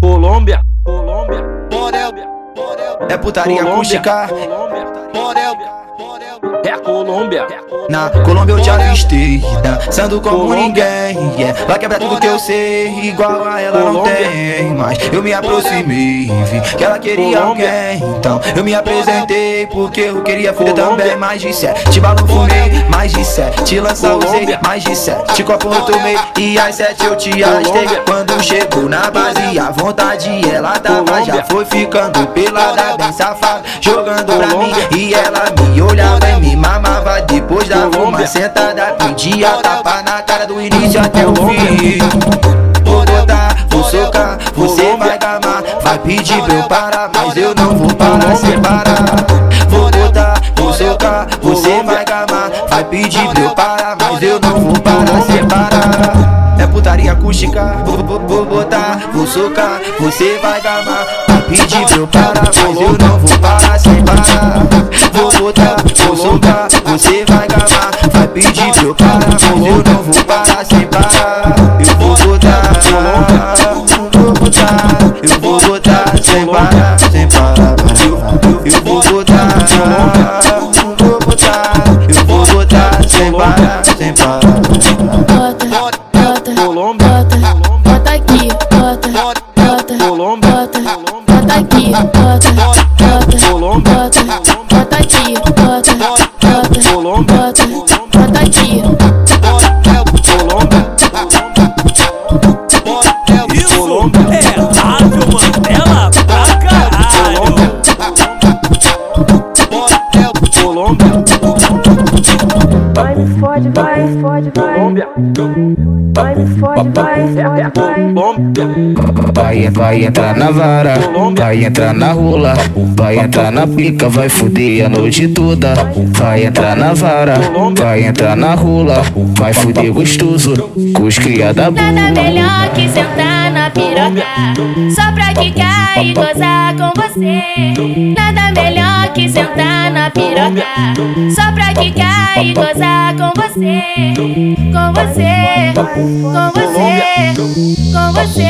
Colômbia, Colômbia, Borélbia, É putaria acústica. Colômbia, Borélbia. é a Colômbia. Na Colômbia eu te avistei, dançando como ninguém. Yeah. Vai quebrar tudo que eu sei, igual a ela não tem. Mas eu me aproximei, vi que ela queria alguém. Então eu me apresentei, porque eu queria fuder também. Mais de sete balão fumei, mais de sete lança usei, mais de sete copo eu tomei. E às sete eu te avistei. Quando chegou na base, a vontade ela tava. Já foi ficando pelada, bem safada, jogando pra mim. E ela me olhava e me mamava depois da uma sentada Pedia tapa na cara do início até o fim Vou botar, vou socar, você vai gamar Vai pedir pra eu parar, mas eu não vou parar sem parar Vou botar, vou socar, você vai gamar Vai pedir pra eu parar, mas eu não vou parar sem parar É putaria acústica, vou, vou, vou botar, vou socar, você vai gamar Vai pedir pra eu parar, mas eu não vou parar sem parar Vou botar, vou socar, você vai gamar Vai pedir pra eu parar, mas eu não vou parar sem parar Eu vou botar, vou botar Eu vou botar sem parar, sem parar Eu- Eu vou botar, vou botar Eu vou botar sem parar, sem parar bota, bota, bota, bota aqui, bota, bota, Colômbia, bota, bota aqui, bota, bota, Colômbia, bota, bota aqui, bota, bota, Colômbia, bota, bota aqui. Colômbia, Isso é Rádio Mandela pra caralho. Colômbia, Vai me fode, vai, fode, vai. Colômbia, Vai me fode, vai, é a fode, vai. Colômbia. Vai, vai entrar na vara, vai entrar na rola, vai entrar na pica, vai fuder a noite toda. Vai entrar na vara, vai entrar na rola, vai fuder gostoso, com os Nada criada burra. melhor que sentar na piroca Só pra quicar e gozar com você Nada melhor que sentar na piroca Só pra quicar e gozar com você Com você, com você, com você,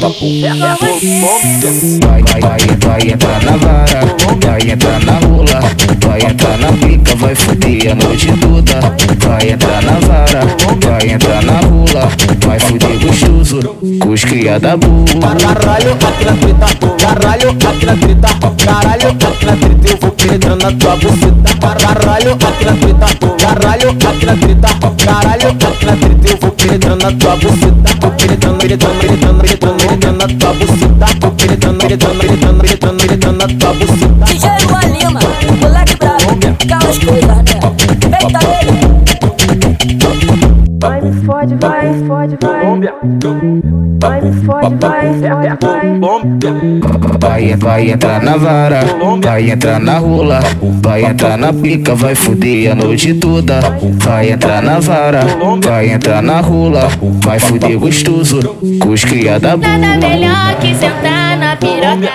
com você Vai, vai, vai entrar na vara, vai entrar na rola, vai entrar na pica, vai fuder a noite toda. Vai entrar na vara, vai entrar na rola, vai fuder gostoso, com os criada burra. Caralho, aqui na treta, caralho, aqui na treta, caralho, aqui na treta, eu vou penetrando na tua buceta. Caralho, aqui na treta, caralho, aqui na treta, caralho, aqui na treta, eu vou penetrando na tua buceta. Tô penetrando, penetrando, penetrando, penetrando, penetrando na tua buceta. Tô penetrando, penetrando, penetrando, penetrando, penetrando na tua buceta. DJ Luan Lima, moleque brabo, Carlos Cuiabá, Eita ele, Vai me fode, vai, fode, vai. Vai me fode, vai, fode, vai. Colômbia, Vai, vai entrar na vara, vai entrar na rola, vai entrar na pica, vai fuder a noite toda. Vai entrar na vara, vai entrar na rola, vai fuder gostoso, com os Nada criada burra. melhor que sentar na piroca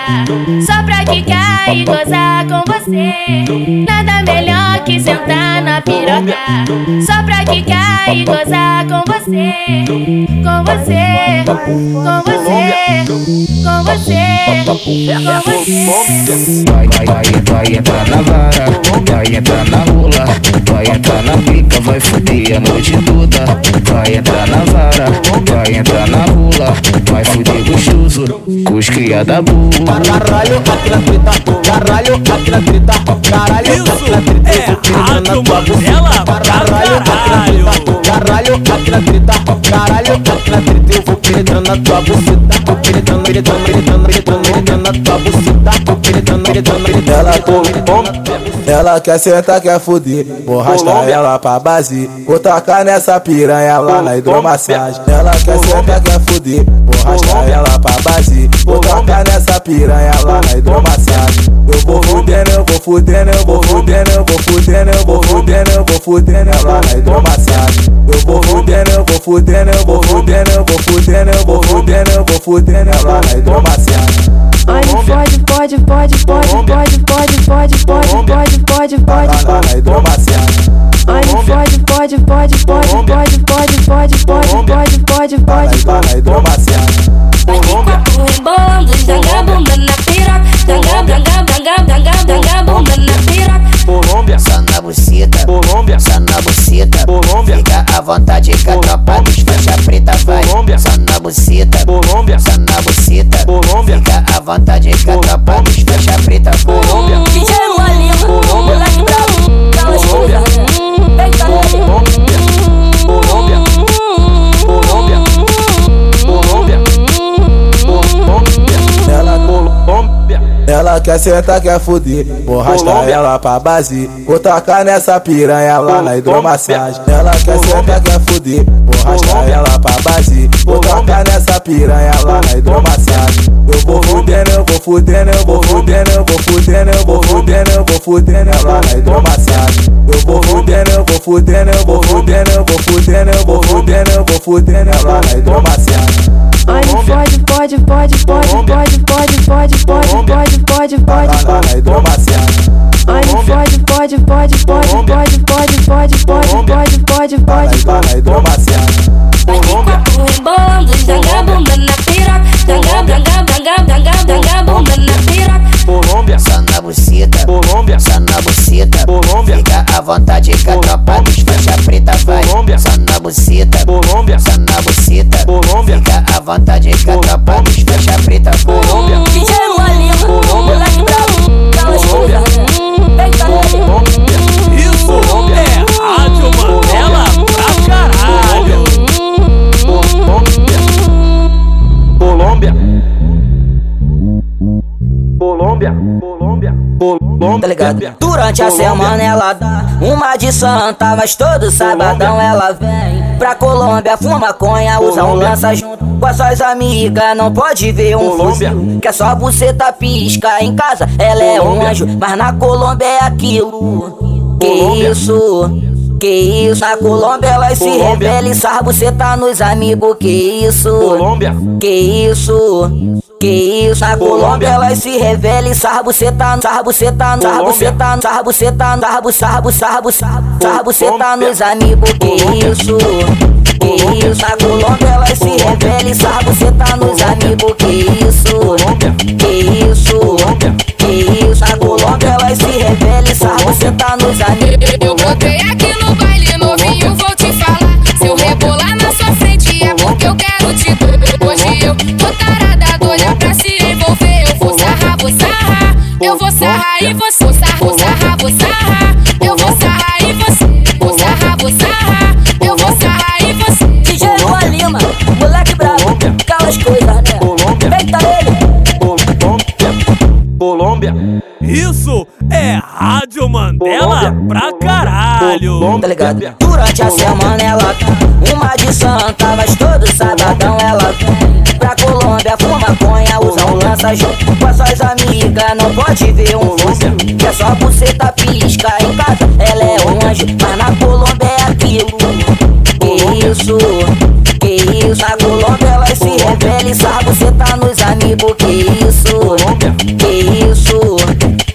Só pra quicar e gozar com você Nada melhor que sentar na piroca Só pra quicar e gozar com você Com você, com você, com você, com você Vai, vai, vai entrar na vara, vai entrar na rola, vai entrar na pica, vai fuder a noite toda. Vai entrar na vara, vai entrar na rola, vai fuder gostoso, com os criada burra. Caralho, aqui na treta, caralho, aqui na treta, caralho, aqui na treta, Isso eu vou é penetrando na Rádio tua buceta. Mandela pra Caralho, caralho. Caralho, aqui na treta, caralho, aqui na treta, eu vou penetrando na tua buceta. Tô penetrando, penetrando, penetrando, penetrando, penetrando na tua buceta. Tô penetrando, penetrando, penetrando, Ela penetrando. Colômbia, Ela quer sentar, quer fuder. Vou arrastar Colômbia. ela pra base. Vou tacar nessa piranha lá Colômbia. na hidromassagem. Ela quer Colômbia. sentar, quer fuder. Vou arrastar Colômbia. ela pra base. Vou Colômbia. tacar nessa piranha lá na Colômbia. hidromassagem. Eu vou Colômbia. fudendo, eu vou fudendo, eu vou Colômbia. fudendo, eu vou fudendo, eu vou Colômbia. fudendo, eu vou fudendo ela na Colômbia. hidromassagem. Eu vou fudendo, eu vou fudendo, eu vou Colômbia. fudendo, eu vou fudendo, eu vou Colômbia. fudendo, eu vou fudendo ela na Colômbia. hidromassagem. Vai me fode, fode, fode, fode, Colômbia. fode, fode, fode, fode, Colômbia. fode, fode, fode. Lá na hidromassagem. Vai me Colômbia. fode, fode, fode, fode, Colômbia. fode, fode, fode, fode, Colômbia. fode, fode, fode, Lá na fode. hidromassagem. vai de Colômbia, quatro rebolando, Levanta de escada pra despecha preta Colômbia DJ Molino, moleque bravo, cala as coisas. Eita, Colômbia, Colômbia, Colômbia, Colômbia, Colômbia, Ela, Colômbia, ela quer sentar, quer fuder. Vou arrastar Colômbia. ela pra base. Vou tacar nessa piranha lá na Colômbia. hidromassagem. Ela quer Colômbia. sentar, quer fuder. Vou arrastar Colômbia. ela pra base. Vou Colômbia. tacar nessa piranha lá na Colômbia. hidromassagem. Eu vou Colômbia. fudendo, eu vou fudendo, eu vou Colômbia. fudendo, eu vou fudendo, eu vou Colômbia. fudendo, eu vou fudendo ela na hidromassagem. Eu vou Colômbia. fudendo, eu vou fudendo, eu vou Colômbia. fudendo, eu vou fudendo, eu vou fudendo, eu vou fudendo ela na hidromassagem. Olha, fode, fode, fode, fode, fode, fode, fode, fode, fode, fode, fode. Lá na hidromassagem. Olha, fode, fode, fode, fode, fode, fode, fode, fode, fode, fode, Lá fode. na hidromassagem. Vai de quatro rebolando, joga a bunda na piroca. Joga, joga, joga, joga, joga a bunda na piroca. Colômbia, Só na buceta, Colômbia, só na buceta Colômbia. Fica à vontade com a tropa despecha preta vai Colômbia. Só na buceta, Colômbia, só na buceta Colômbia, Fica à vontade com a tropa despecha preta vai Colômbia, DJ Molino, moleque bravo, cala as coisas. Colômbia, Eita, Isso é Rádio Mandela pra caralho. Colômbia, Colômbia, Colômbia, Colômbia, Colômbia, tá ligado? Durante a Colômbia. semana ela dá uma de santa, mas todo sabadão Colômbia. ela vem pra Colômbia, fuma maconha, usa um Colômbia. lança junto com as suas amigas. Não pode ver um Colômbia. fuzil, que é só buceta pisca em casa. Ela é um Colômbia. anjo, mas na Colômbia é aquilo. Que Colômbia. isso? Que isso? Na Colômbia ela se Colômbia. revela e sarra buceta nos amigos. Que isso? Colômbia, Que isso? Que isso? Na Colômbia Colômbia. elas se revela e sarra você tá, sarra você tá, sarra você Colômbia. tá, sarra você tá, sarra você sarra sarra sarra você tá Colômbia. nos amigos. Que Colômbia. isso? Que isso? Na Colômbia elas se Colômbia. revela e sarra você tá nos Colômbia. amigos. Que isso? Colômbia, Que isso? Colômbia. Que isso? Na Colômbia elas se revela e sarra você tá nos amigos. Eu botei aqui no baile novinho, vou te falar. Se eu rebolar na sua frente é porque eu quero te dar. Hoje eu tô tarada, doida pra se envolver. Eu vou sarrar, vou sarrar. Eu vou sarrar e você. Vou sarrar, vou sarrar, vou sarrar. Eu vou sarrar e você. Vou sarrar, vou sarrar. Eu vou sarrar e você. DJ Lima, moleque bravo, Colômbia. cala as coisas, né? Colômbia. Eita ele! Colômbia, Colômbia, Isso é Rádio Mandela Colômbia. pra caralho. Colômbia. tá ligado? Durante a semana ela tá uma de santa, mas todo sabadão ela vem pra Colômbia, fuma maconha, usa um lança junto com as suas amigas. Não pode ver um fuzil, que é só buceta pisca em casa. Ela é um anjo, mas na Colômbia é aquilo. Que isso, que isso, na Colômbia ela se revela e sabe você tá nos amigos. Que isso, Colômbia. que isso?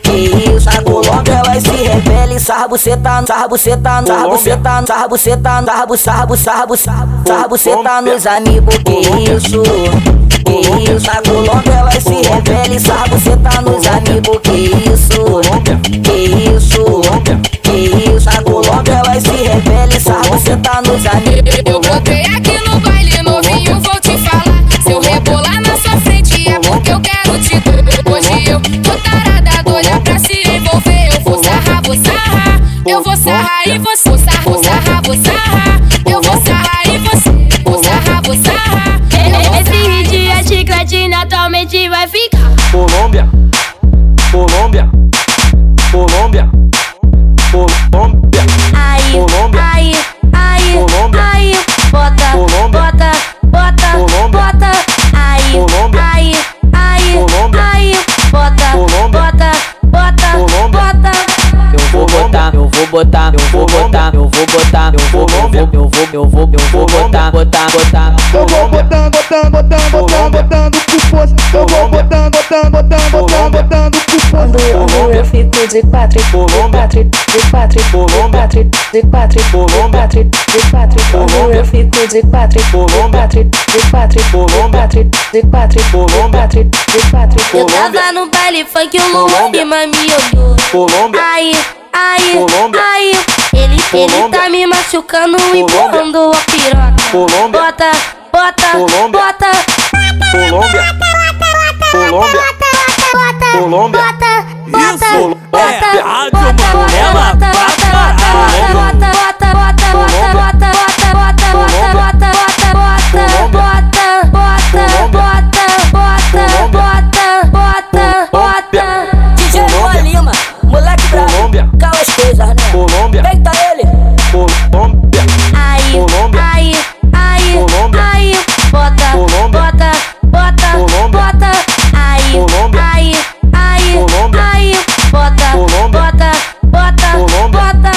Que isso? A Colômbia ela se revela e sarra você tá, sarra você tá, sarra você tá, sarra você tá, sarra você sarra sarra sarra você tá nos amigos. Que isso? Que isso? A Colômbia ela se revela e sarra você tá nos amigos. Que isso? Colômbia, Que isso? Que isso? A Colômbia ela se revela e sarra você tá nos Eu amigos. botei aqui no baile novinho, vou te falar. Se eu rebolar na sua frente é porque eu quero te dar. Hoje eu tô tarada, doida pra se envolver. Eu vou sarrar, vou sarrar. Eu vou sarrar e você. Vou sarrar, vou sarrar, vou sarrar. Eu vou sarrar e você. Vou sarrar, vou sarrar. Esse hit é chiclete naturalmente vai ficar. Colômbia, Colômbia, Colômbia, Colômbia, Aí, Colômbia. aí, aí, Colômbia. aí. Bota, Colômbia. bota, bota, Colômbia. bota. Aí, Colômbia. aí, aí, Colômbia. aí. Bota, Colômbia. bota, bota, Colômbia. bota. eu vou botar, eu vou botar, eu vou botar, eu vou botar, eu vou Colômbia, eu vou, eu vou, eu vou botar, botar, botar. Eu vou botando, botando, botando, botando, botando com força. Eu vou botando, botando, botando, botando com força. Colômbia, fico de quatro, Colômbia, de quatro, Colômbia, de quatro, Colômbia, de quatro. Colômbia, fico de quatro, Colômbia, de quatro, Colômbia, de quatro, Colômbia, de quatro. Eu Colômbia. tava no baile funk, o Luan Colômbia. Lima me olhou. Colômbia, Aí, aí, Colômbia. aí. Ele, ele Colômbia. tá me machucando, Colômbia. empurrando a piroca. Colômbia. Bota, bota, Colômbia. bota. Colômbia, Colômbia, Colômbia. Isso é Rádio Mandela pra DJ Juan Lima, moleque brabo, cala as coisas, né? Colômbia. Eita ele! Colômbia. tá Aí, aí, aí, aí, bota, bota, bota, bota, aí, aí, aí, aí, bota, bota, bota, bota.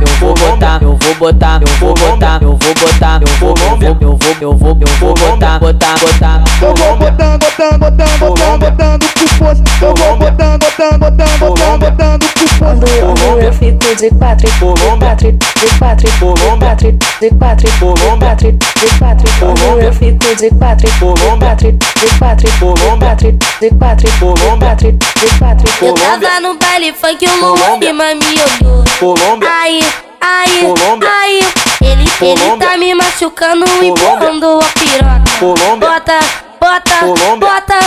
Eu vou botar, eu vou botar, eu vou botar, eu vou botar, eu vou, eu vou, eu vou, eu vou, eu vou botar, botar, botar. Eu vou botando, botando, botando, botando, botando com força. Eu vou botando, botando, botando, botando, botando com força. Quando eu fico de quatro, de quatro, de quatro, de quatro, de quatro, de quatro, de quatro. Quando eu fico de quatro, de quatro, de quatro, de quatro, de quatro, de quatro, de quatro. Eu tava no baile funk, o Luan Lima me olhou. Colômbia. Aí, aí, Colômbia. aí. Ele, ele Colômbia. tá me machucando, Colômbia. empurrando a piroca. Colômbia. Bota, bota, Colômbia. bota.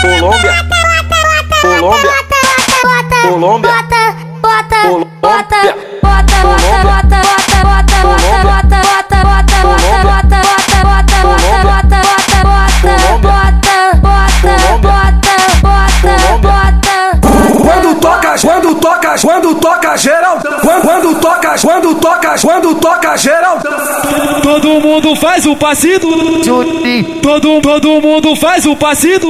Colômbia. Colômbia. Colômbia. Bota, bota, bota, bota, bota, bota, bota, bota, bota, bota, bota, bota, bota, bota, bota, bota, bota, bota, bota, bota, bota, bota, bota, bota. Quando toca, quando toca, quando toca geral. Quando, quando toca, quando toca, quando toca geral. Todo mundo faz o passito. Todo, todo mundo faz o passito.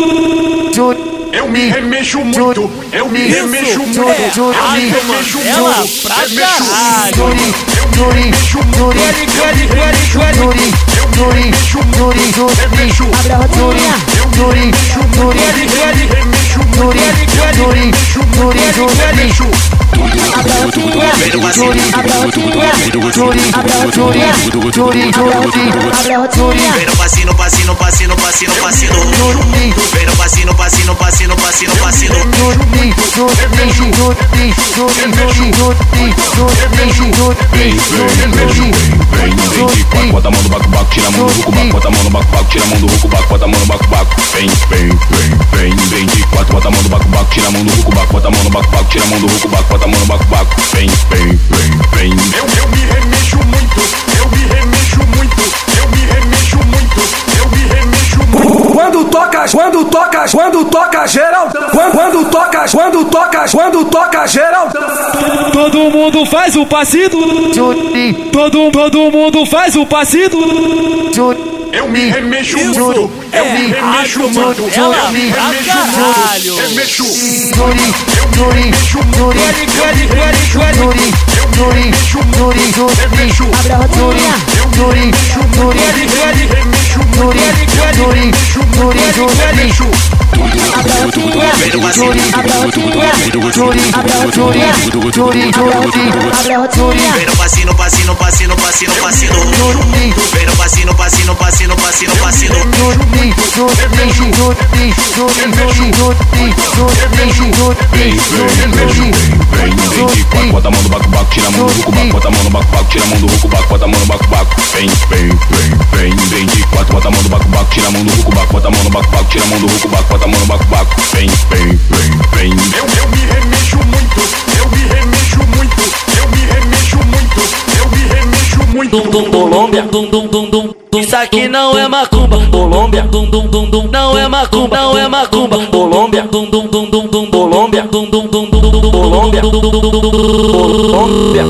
Eu me remexo muito, eu me remexo muito, eu me remexo muito, pra caralho. Eu me remexo muito, eu me remexo muito, eu me remexo muito, eu me remexo muito, eu me remexo muito, eu me remexo muito, eu me remexo muito, eu me remexo muito. Pero vacino, vacino, vacino, vacino, vacino. Pero vacino, vacino, vacino, vacino, vacino. Vem, vem de quatro, bota a mão no baco, baco, tira a mão do ruco, baco, bota a mão no baco, baco, tira a mão do ruco, baco, bota a mão no baco, baco. Vem, vem, vem, vem, vem de quatro, bota a mão no baco, baco, tira a mão do ruco, baco, bota a mão no baco, baco, tira a mão do ruco, baco, bota a mão no baco, baco. Vem, vem, vem, vem. Eu, eu me remexo muito, eu me remexo muito, eu me remexo muito, eu me remexo muito. Quando toca, quando toca, quando toca geral. Quando, quando toca, quando toca, quando toca geral. Todo mundo faz o passito. Todo, todo mundo faz o passito. Eu me remexo muito, eu me remexo muito, eu me remexo muito, remexo. Eu me remexo muito, eu me remexo muito, eu me remexo muito, remexo. Eu me remexo muito, eu me remexo muito, eu me remexo muito, remexo. Pero vacino, Pero vacino, vacino, vacino, vacino, vacino. Pero vacino, vacino, vacino, vacino, vacino. Vem, vem de quatro, bota a mão no baco, baco, tira a mão do ruco, baco, bota a mão no baco, baco, tira a mão do ruco, baco, bota a mão no baco, baco. Vem, vem, vem, vem, vem de quatro, bota a mão no baco, baco, tira a mão do ruco, baco, bota a mão no baco, baco, tira a mão do ruco, baco, bota a mão no baco, baco. Vem, vem, vem, vem. Eu, eu me remexo muito, eu me remexo muito, eu me remexo muito, eu me remexo muito. Colômbia, dum dum dum dum dum. Isso aqui não é macumba, Colômbia, dum dum dum dum. Não é macumba, não é macumba, Colômbia, dum dum dum dum dum. Colômbia, dum dum dum dum dum. Colômbia, dum dum dum dum dum. Colômbia,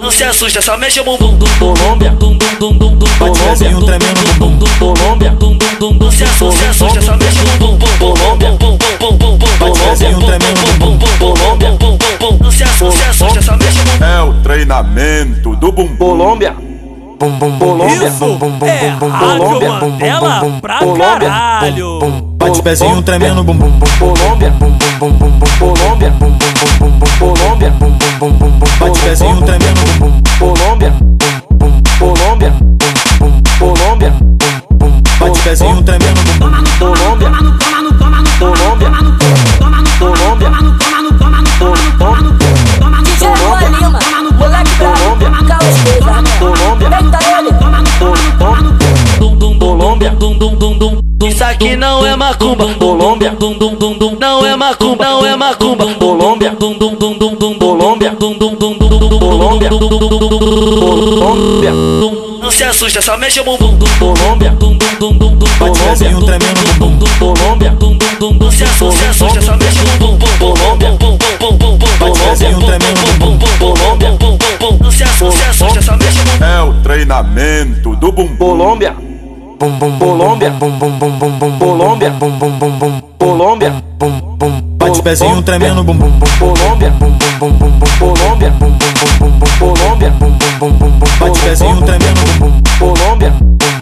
não se assusta, só mexe o bumbum, Colômbia, dum dum dum dum dum. Batizinho tremendo no bumbum, Colômbia, dum dum dum dum. Se assusta, se assusta, só mexe o bumbum, Colômbia, bum bum bum bum bum. Batizinho tremendo no bumbum, Colômbia, bum bum bum. Não se assusta, se assusta, só mexe o bumbum. É o treinamento do bumbum. Colômbia. Bum, bum, Colômbia. Bum, bum, bum, bum, bum, Colômbia. Bum, bum, bum, bum, pra caralho. Bum, bum, bate pezinho tremendo. Bum, bum, bum, Colômbia. Bum, bum, bum, bum, bum, Colômbia. Bum, bum, bum, bum, bum, Colômbia. Bum, bum, bum, bum, bum, bate pezinho tremendo. Bum, bum, Colômbia. Bum, bum, Colômbia. Bum, bum, Colômbia. Bum, bum, bate pezinho tremendo. Bum, bum, Colômbia. Colômbia. Colômbia. Colômbia. DJ Juan Lima, moleque brabo, cala as coisas, né? Eita Colômbia, dum dum dum dum. Isso aqui não é macumba, Colômbia, dum dum dum dum. Não é macumba. macumba, não é macumba. Colômbia, dum dum dum dum dum Colômbia, dum dum dum dum dum Colômbia, Colômbia. Não se assusta, só mexe o bumbum. Colômbia, dum dum dum dum dum Colômbia, tremendo bumbum. Colômbia, dum dum dum dum. Se assusta, se assusta, só mexe o bumbum. Colômbia, bum bum bum bum bum. Colômbia, tremendo bumbum. Colômbia, bum bum bum. Não se assusta, se assusta, só mexe o bumbum. É o treinamento do bumbum. Colômbia. Bum bum Colômbia. Bum bum bum bum bum Colômbia. Bum bum bum bum Colômbia. Bum bum. Bate pezinho tremendo bum bum bum Colômbia. Bum bum bum bum bum Colômbia. Bum bum bum bum bum Colômbia. Bum bum bum bum bum Bate pezinho tremendo bum bum Colômbia.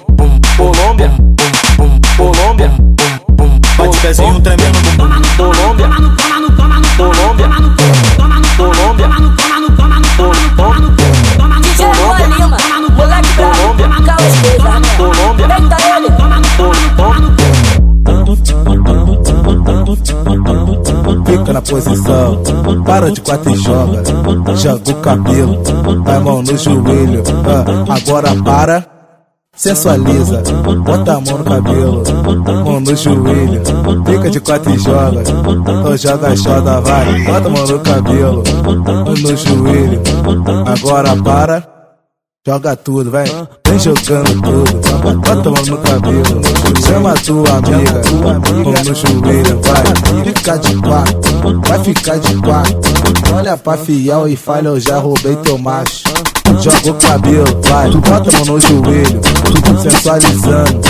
Bum bum Colômbia. Bum bum Colômbia. Bum bum Bate pezinho tremendo bum bum Colômbia. Colômbia. Colômbia. Colômbia. DJ Lima, moleque brabo, calma espelha. Deita ele. Fica na posição, para de quatro e joga. Joga o cabelo, a mão no joelho. ah, agora para, sensualiza. Bota a mão no cabelo, mão no joelho. Fica de quatro e joga. Então joga, joga, vai. Bota a mão no cabelo, mão no joelho. Agora para. Joga tudo, vai. Vem jogando tudo. Bota a mão no cabelo. Chama a tua amiga. Mão no joelho, vai. Fica de quatro. Vai ficar de quatro. Olha pra fiel e falha, eu já roubei teu macho. Joga o cabelo, vai. Bota a mão no joelho. tá Sensualizando.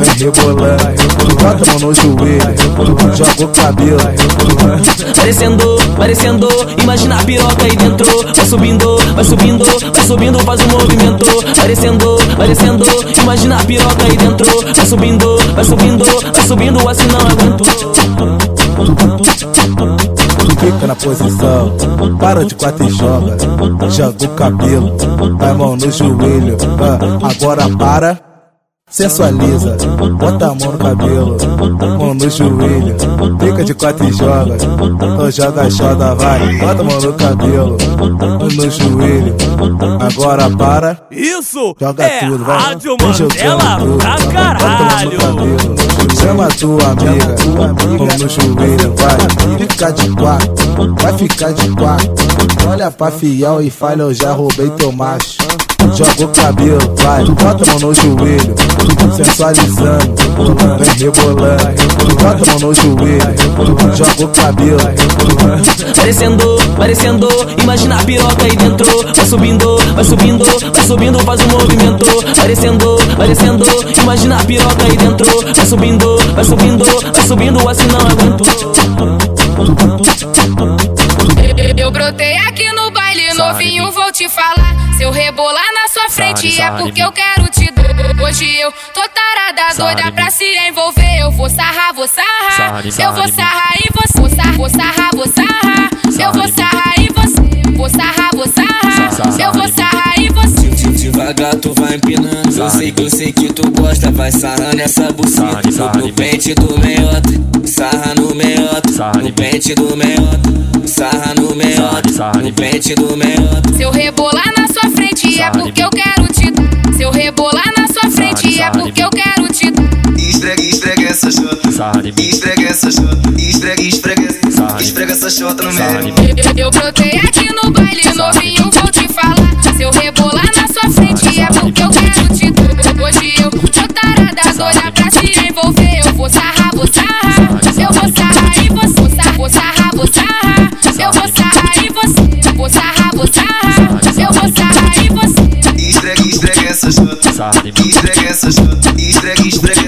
Vem rebolando. Bota a mão no joelho. Joga o cabelo. Parecendo, parecendo, imagina a piroca aí dentro. Vai subindo, vai subindo, vai subindo, faz um movimento. Parecendo, parecendo, imagina a piroca aí dentro. Vai subindo, vai subindo, vai subindo, assim não aguento. Fica na posição, para de quatro e joga. Joga o cabelo, a mão no joelho. ah, agora para. Sensualiza, bota a mão no cabelo, mão no joelho, fica de quatro e joga, então joga, joga, vai, bota a mão no cabelo, mão no joelho, agora para, Isso joga é tudo, vai, Rádio Vem jogando Mandela tudo, pra caralho. Chama a tua amiga, mão no joelho, vai ficar de quatro, vai ficar de quatro. Olha pra fiel e fala, eu já roubei teu macho. Joga o cabelo, vai, bota a mão no joelho, sensualizando, vem rebolando, bota a mão no joelho, joga o cabelo, Parecendo, parecendo, imagina a piroca aí dentro. Vai subindo, vai subindo, vai subindo, faz um movimento. Parecendo, parecendo, imagina a piroca aí dentro. Vai subindo, vai subindo, vai subindo, assim não aguento. Eu brotei aqui no baile novinho, vou te falar. Se eu rebolar na sua frente Sabe, sabe. é porque eu quero te dar. Hoje eu tô tarada, Sabe. doida pra se envolver. Eu vou sarrar, vou sarrar. Sabe, Eu vou sabe. sarrar e você. Vou sarrar, vou sarrar, vou sarrar. Eu vou sarrar e você. Vou sarrar, vou sarrar. Sabe. Eu vou sarrar e você. Devagar tu vai empinando Eu sei que eu sei que tu gosta Vai sarrar nessa buceta No, no pente do meiota Sarra no meiota No pente do meiota Sarra no meiota No pente do meiota Se eu rebolar na sua frente é porque eu quero te dar. Se eu rebolar na sua frente é porque eu quero te dar. Esfrega, esfrega essa chota. Esfrega essa chota. Esfrega, esfrega essa Esfrega essa chota no meio. Eu, eu brotei aqui no baile novinho, vou te falar. Se eu rebolar na sua frente é porque eu quero te dar. Hoje eu tô tarada, doida pra se envolver. Eu vou sarrar, vou sarrar. Eu vou sarrar e você. Vou sarrar, vou sarrar, vou sarrar. Eu vou sarrar e você. Vou sarrar, vou sarrar. Eu vou sarrar e você. Esfrega, esfrega essa chota. Esfrega essa chota. Esfrega, esfrega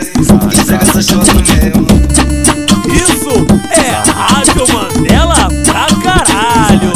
Esfrega essa chota no meio. Isso é Rádio Mandela pra caralho.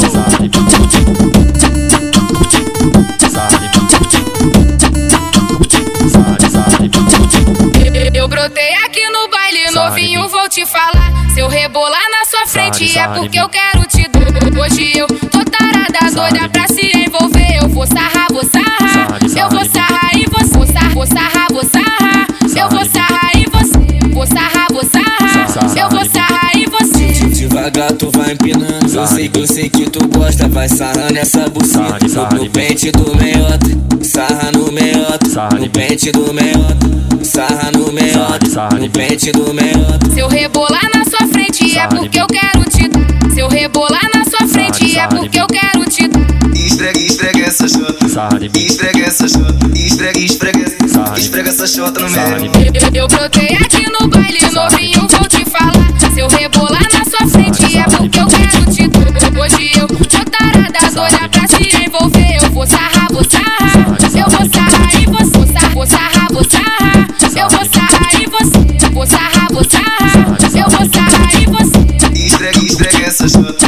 Eu brotei aqui no baile novinho, vou te falar. Se eu rebolar na sua frente é porque eu quero te dar. Hoje eu tô tarada, doida pra se envolver. Eu vou sarrar, vou sarrar. Eu vou sarrar e você. Vou sarrar, vou sarrar, vou sarrar. Eu vou sarrar e você. Vou sarrar, vou sarrar. Eu vou sarrar e você. Devagar tu vai empinando Eu sei que eu sei que tu gosta Vai sarrar nessa buceta No, no pente do meiota Sarra no meiota No pente do meiota Sarra no meiota No pente do meiota Se eu rebolar na sua frente é porque eu quero te é xoxota no meio. Eu, eu brotei aqui no baile, novinho, vou te falar. Se eu rebolar na sua frente, é porque eu quero te dar. Hoje eu tô tarada, olhar pra se envolver. Eu vou sarrar, vou sarrar. Eu vou sarrar e você. Vou sarrar, vou sarrar, vou sarrar. Eu vou sarrar e você. Vou sarrar, vou sarrar. Eu vou sarrar e você. Estrega, estrega essa xota.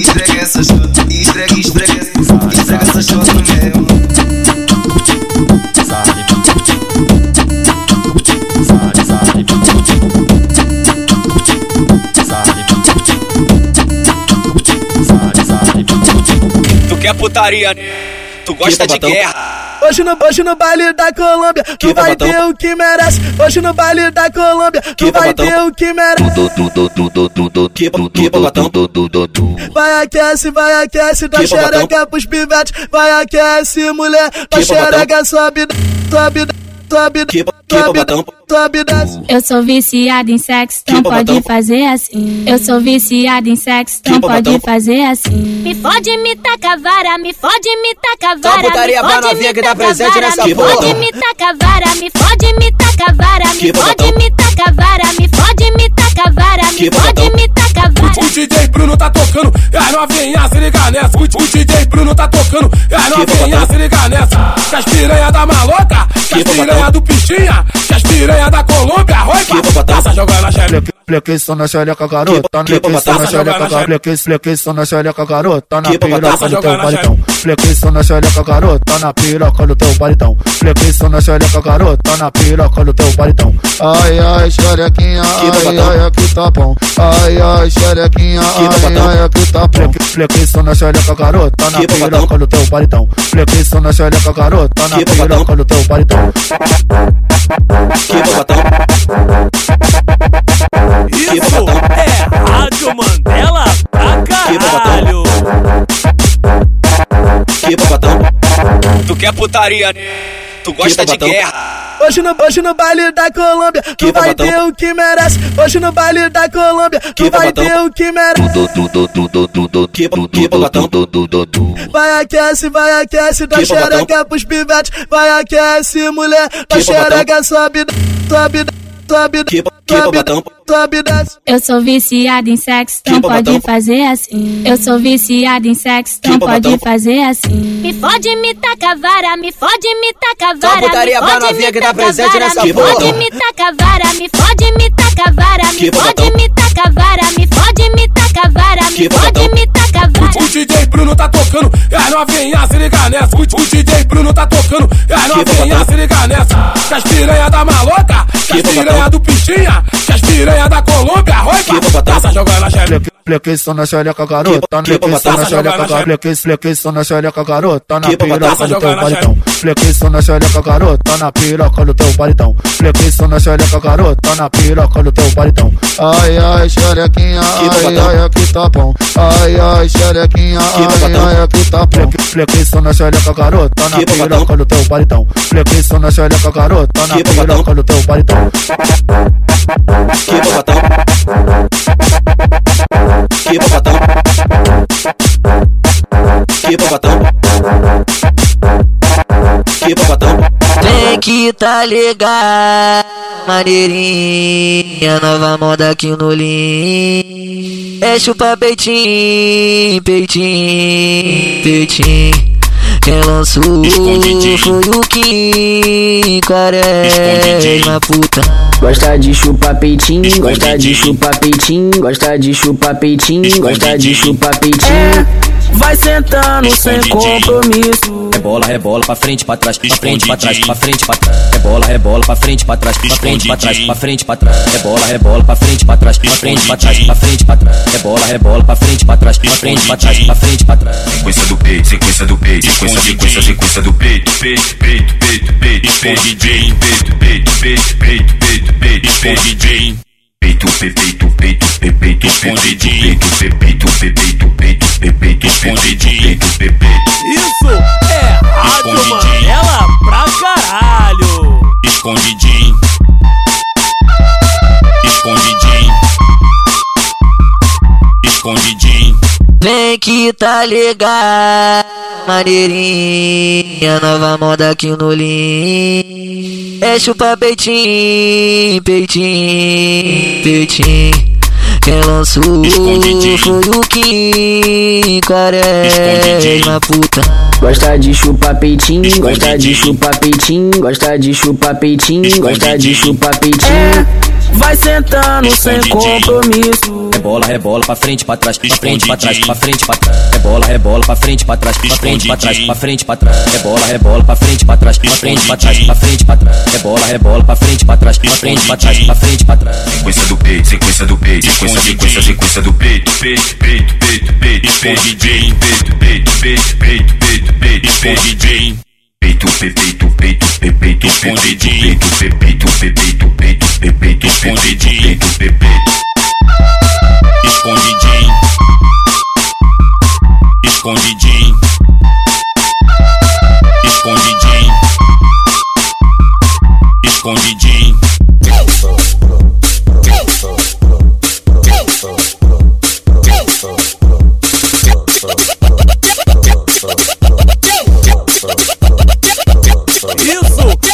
Estrega essa xota. Estrega, estrega estrega essa xota no meio. Tu quer putaria, né? tu gosta de babatão? guerra. Hoje no, hoje no baile da Colômbia, tu vai babatão? ter o que merece. Hoje no baile da Colômbia, tu vai babatão? ter o que merece. Vai aquece, vai aquece, dá Que babatão? xereca pros pivetes. Vai aquece, mulher, dá Que babatão? xereca, sobe, sobe, sobe, sobe, sobe, desce. Eu sou viciada em sexo, então pode fazer assim. Eu sou viciada em sexo, então pode fazer assim. Me fode, me taca vara, me fode, me taca Só vara. putaria me fode, pra novinha me que tá taca presente vara, nessa me porra. fode, me taca vara, me fode, me taca vara. Que Me fode, babatão. me taca vara, me fode, me taca vara. Me Que fode, babatão. me taca vara. O DJ Bruno tá tocando, e as novinhas se liga nessa. O, o DJ Bruno tá tocando, e as novinhas se liga nessa. Que as piranha da maloca, que as piranha do Pichinha, que as piranha da Colômbia, roipa, passa jogando a xereca. Flequeção na xereca, garota. Flequeção na xereca, garota. Flequeção na xereca, garota. Na piroca do teu baritão. Flequeção na xereca, garota. Na piroca do teu baritão. Flequeção na xereca, garota. Na piroca do teu baritão. Ai, ai, xerequinha. Ai, ai, aqui tá bom. Ai, ai, xerequinha. Ai, ai, aqui tá bom. Flequeção na xereca, garota. Na piroca do teu baritão. Flequeção na xereca, garota. Na piroca do teu baritão. Isso é Rádio Mandela pra caralho. Que tá babatão. Tu quer putaria, né? tu gosta de guerra. Hoje no, hoje no baile da Colômbia, tu vai babatão? ter o que merece. Hoje no baile da Colômbia, tu vai ter o que merece. Vai aquece, vai aquece, dá Que babatão? xereca pros pivetes. Vai aquece, mulher, dá Que babatão? xereca, sobe, sobe, sobe, sobe, babatão? sobe, desce. Eu sou viciada em sexo, então pode fazer assim. Eu sou viciada em sexo, então pode fazer assim. Me fode, me taca vara, me fode, me taca Só vara. putaria me pra fode, novinha me que tá taca presente vara, nessa me porra. fode, me taca vara, me fode, me taca vara. Que Me fode, me taca vara, me fode, me taca vara. Me Que fode, me taca vara. O DJ Bruno tá tocando, e as novinhas se liga nessa. O, o DJ Bruno tá tocando, e as novinhas se liga nessa. Que as piranha da maloca, que as piranha do Pichinha, que as piranha da Colômbia, roipa, passa jogando a xereca. Flequeção na xereca, garota. Flequeção na xereca, garota. Flequeção na xereca, garota. Na piroca do teu baritão. Flequeção na xereca, garota. Na piroca do teu baritão. Flequeção na xereca, garota. Na piroca do teu baritão. Ai, ai, xerequinha. Ai, ai, aqui tá bom. Ai, ai, xerequinha. Ai, ai, aqui tá bom. Flequeção na xereca, garota. Na piroca do teu baritão. Flequeção na xereca, garota. Na piroca do teu baritão. Que babatão. Que tá babatão. Que tá babatão. Vem que tá legal, maneirinha, nova moda aqui no Lin. É chupa peitinho, peitinho, peitinho. Quem lançou foi o Kim Quaresma, puta. É, Gosta de chupar peitinho, gosta de chupar peitinho, gosta de chupar peitinho, gosta de chupar peitinho. Vai sentando é sem Escondidinho. compromisso. Rebola, rebola, é pra frente, pra trás, pra frente, pra trás, pra frente, pra trás. É Rebola, rebola, pra frente, pra trás, pra frente, pra trás, pra frente, pra trás. É Rebola, rebola, pra frente, pra trás, pra frente, pra trás, pra frente, pra trás. É Rebola, rebola, pra frente, pra trás, pra frente, pra trás, pra frente, pra trás. Sequência do peito, sequência do peito, sequência, sequência, sequência do peito, peito, peito, peito, peito, peito, peito, peito, peito, peito, peito, peito, peito, peito, peito, Peito, pe- peito, peito, pe- peito, pe- peito, peito, pe- peito, pe- peito, peito, pe- peito, pe- peito, peito, pe- peito. Isso é Rádio é Mandela pra caralho. Escondidinho. Escondidinho. Escondidinho. Vem que tá legal, maneirinha, nova moda aqui no Lin. É chupa peitinho, peitinho, peitinho. Quem lançou foi o Kim Quaresma puta Gosta de chupar peitinho, gosta de chupar peitinho, gosta de chupar peitinho, gosta de chupar peitinho. Vai sentando é sem compromisso. É bola, é bola, pra frente, pra trás, pra frente, pra trás, pra frente, pra trás. É bola, é bola, pra frente, pra trás, pra frente, pra trás, pra frente, pra trás. É bola, é bola, pra frente, pra trás, pra frente, pra trás, pra frente, pra trás. É bola, é bola, pra frente, pra trás, pra frente, pra trás, pra frente, pra trás. Sequência do peito, sequência do peito, sequência, sequência, sequência do peito, peito, peito, peito, peito, peito, peito, peito, peito, peito, peito, peito, peito, peito, peito, peito, peito, peito, escondidinho, peito, peito, peito, peito, peito, escondidinho, peito, peito, escondidinho, escondidinho, escondidinho, escondidinho.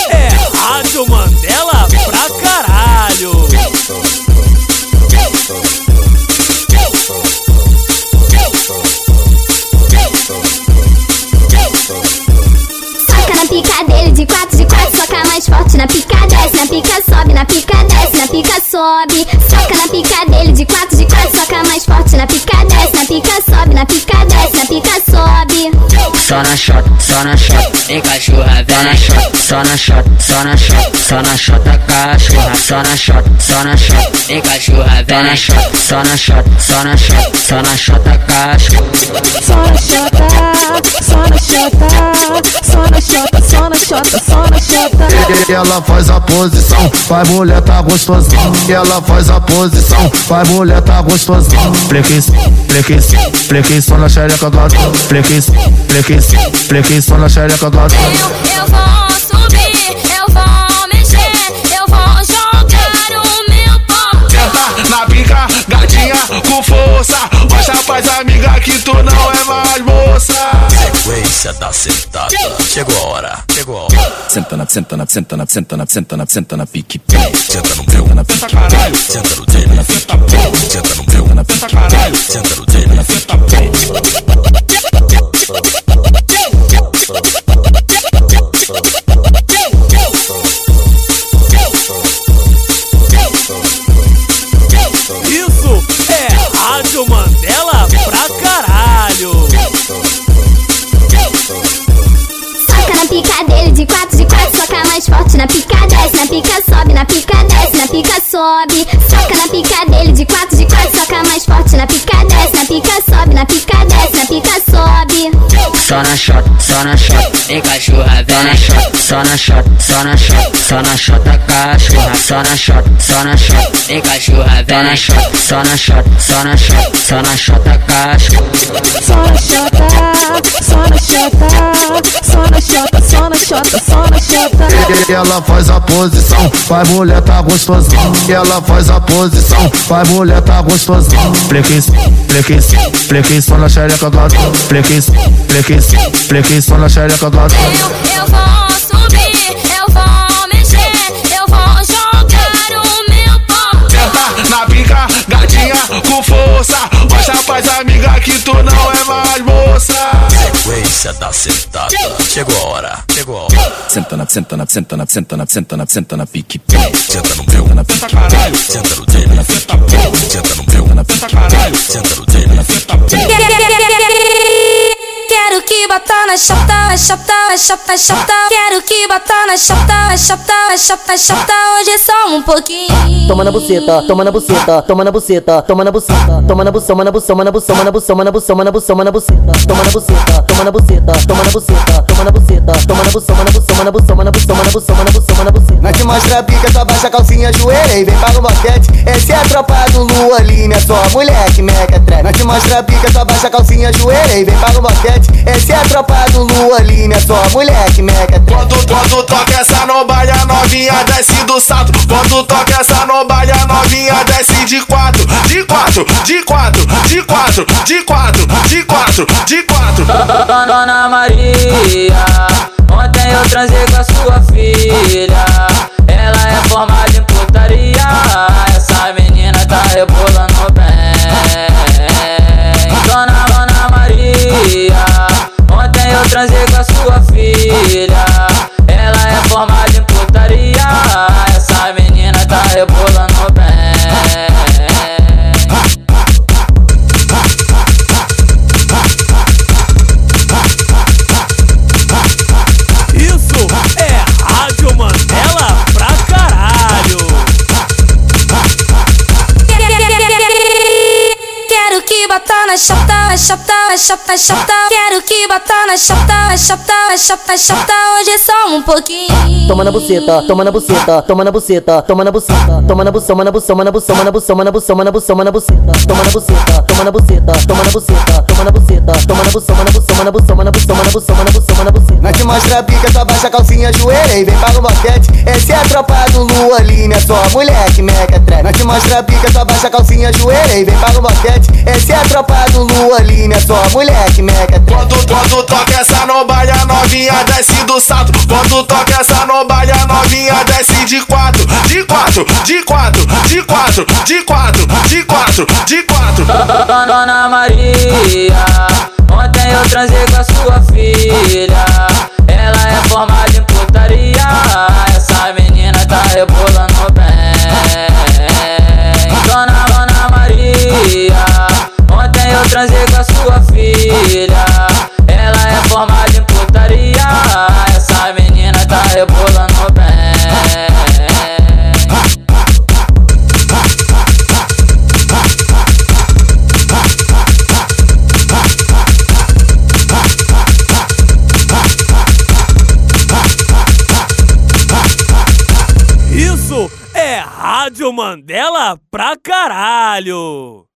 é Mandela pra caralho. Soca na pica dele de quatro de quatro, soca mais forte na pica desce, na pica sobe, na pica desce, na pica sobe. Soca na pica dele de quatro de quatro, soca mais forte na pica desce, na pica sobe, na pica desce, na pica sobe. Só na shot, só na shot, em cachorra só na shot, só na shot, só na shot, só na shot da cachorra, só na shot, só na shot, em cachorra só na shot, só na shot, só na shot, só na shot da cachorra. Só na shota, só na shota, só na shota, só na shota, só na shota. Ela faz a posição, vai mulher tá gostosão. Ela faz a posição, vai mulher tá gostosão. Flequis, flequis, flequis só na xereca do lado. Flequis, flequis, flequis só na xereca do lado. Eu, eu vou subir, eu vou mexer, eu vou jogar o meu pau. Senta na pica, gatinha com força. Mostra pras amiga que tu não é mais moça. Sequência da sentada. Chegou a hora. Chegou a hora. Senta na, senta na, senta na, senta na, senta na, senta na pique. Senta no meu, na pique. Senta no dele, na pique. Senta no meu, na pique. Senta no dele, na Isso é Rádio Mandela pra caralho. Soca na pica dele de quatro de quatro, soca mais forte na pica desce, na pica sobe, na pica desce, na pica sobe. Soca na pica dele de quatro de quatro, soca mais forte na pica desce, na pica sobe, na pica desce, na pica sobe. Só na shot, só na shot, Em cachorra só na shot, só na shot, só na shot, só na shot da cachorra, só na shot, só na shot, em cachorra só na shot, só na shot, só na shot, só na shot da cachorra. Só na shota, só na shota, Tá, só na shota, só na shota, só na shota. Ela faz a posição, vai mulher tá gostosão. Ela faz a posição, vai mulher tá gostosão. Flequis, flequis, flequis só na xereca do lado. Flequis, flequis, flequis só na xereca do lado. Eu, eu vou subir, eu vou mexer, eu vou jogar o meu pau. Senta na pica, gatinha com força. Mostra pras amiga que tu não é mais moça. Sequência da sentada. Chegou a hora. Chegou a hora. Senta na, senta na, senta na, senta na, senta na, senta na pique. Senta no meu, na pique. Senta no dele, na pique. Senta no meu, na pique. Senta no dele, na pique. Quero que bata na chota, na chota, na chota, na chota. Quero que bata na chota, na chota, na chota, na chota. Hoje é só um pouquinho. Toma na buceta, toma na buceta, toma na buceta, toma na buceta, toma na buceta, toma na buceta, toma na buceta, toma na buceta, toma na buceta, toma na buceta, toma na buceta, toma na buceta, toma na buceta, toma na buceta, toma na buceta, toma na buceta, toma na buceta, toma na buceta, toma na buceta, toma na buceta, toma na buceta. Nós te mostra a pica, só baixa a calcinha, joelha e vem para o boquete. Esse é a tropa do Lua Lima, é só mulher que mega trap. Nós te mostra a pica, só baixa a calcinha, joelha e vem para o boquete. Esse é a tropa do Lua Lima, é só mulher que mega trap. Quando, quando toca essa no baile, a novinha desce do salto. Quando toca essa no baile, a novinha desce de quatro, de quatro, de quatro, de quatro, de quatro, de quatro, de quatro. Dona Maria, ontem eu transei com a sua filha. Ela é formada em putaria. Essa menina tá rebolando bem. Dona, Dona Maria, ontem eu transei com a sua filha. Ela é formada em putaria. Essa menina tá rebolando bem. Isso é Rádio Mandela pra caralho. Quero que bata na chota, na chota, na chota, na chota. Quero que bata na chota, na chota, na chota, na chota. é Hoje só um pouquinho. Toma na buceta, toma na buceta, toma na buceta, toma na buceta, toma na buceta, toma na buceta, toma na buceta, toma na buceta, toma na buceta, toma na buceta, toma na buceta, toma na buceta, toma na buceta, toma na buceta, toma na buceta, toma na buceta, toma na buceta, toma na buceta, toma na buceta, toma na buceta, toma na buceta. Nós te mostra a pica, só baixa a calcinha, joelha e vem para o boquete. Esse é a tropa do Lua Lina, só mulher que mega trap. Nós te mostra a pica, só baixa a calcinha, joelha e vem para o boquete. Esse é a tropa do Lua Lina, só mulher que mega trap. Quando, quando toca essa no baile, a novinha desce do salto. Quando toca essa no baile, a novinha desce de quatro, de quatro, de quatro, de quatro, de quatro, de quatro, de quatro. Dona Maria, ontem eu transei com a sua filha. Ela é formada em putaria. Essa menina tá rebolando bem. Dona, Dona Maria, ontem eu transei com a sua filha. Ela é formada em putaria. Essa menina tá rebolando bem. Isso é Rádio Mandela pra caralho.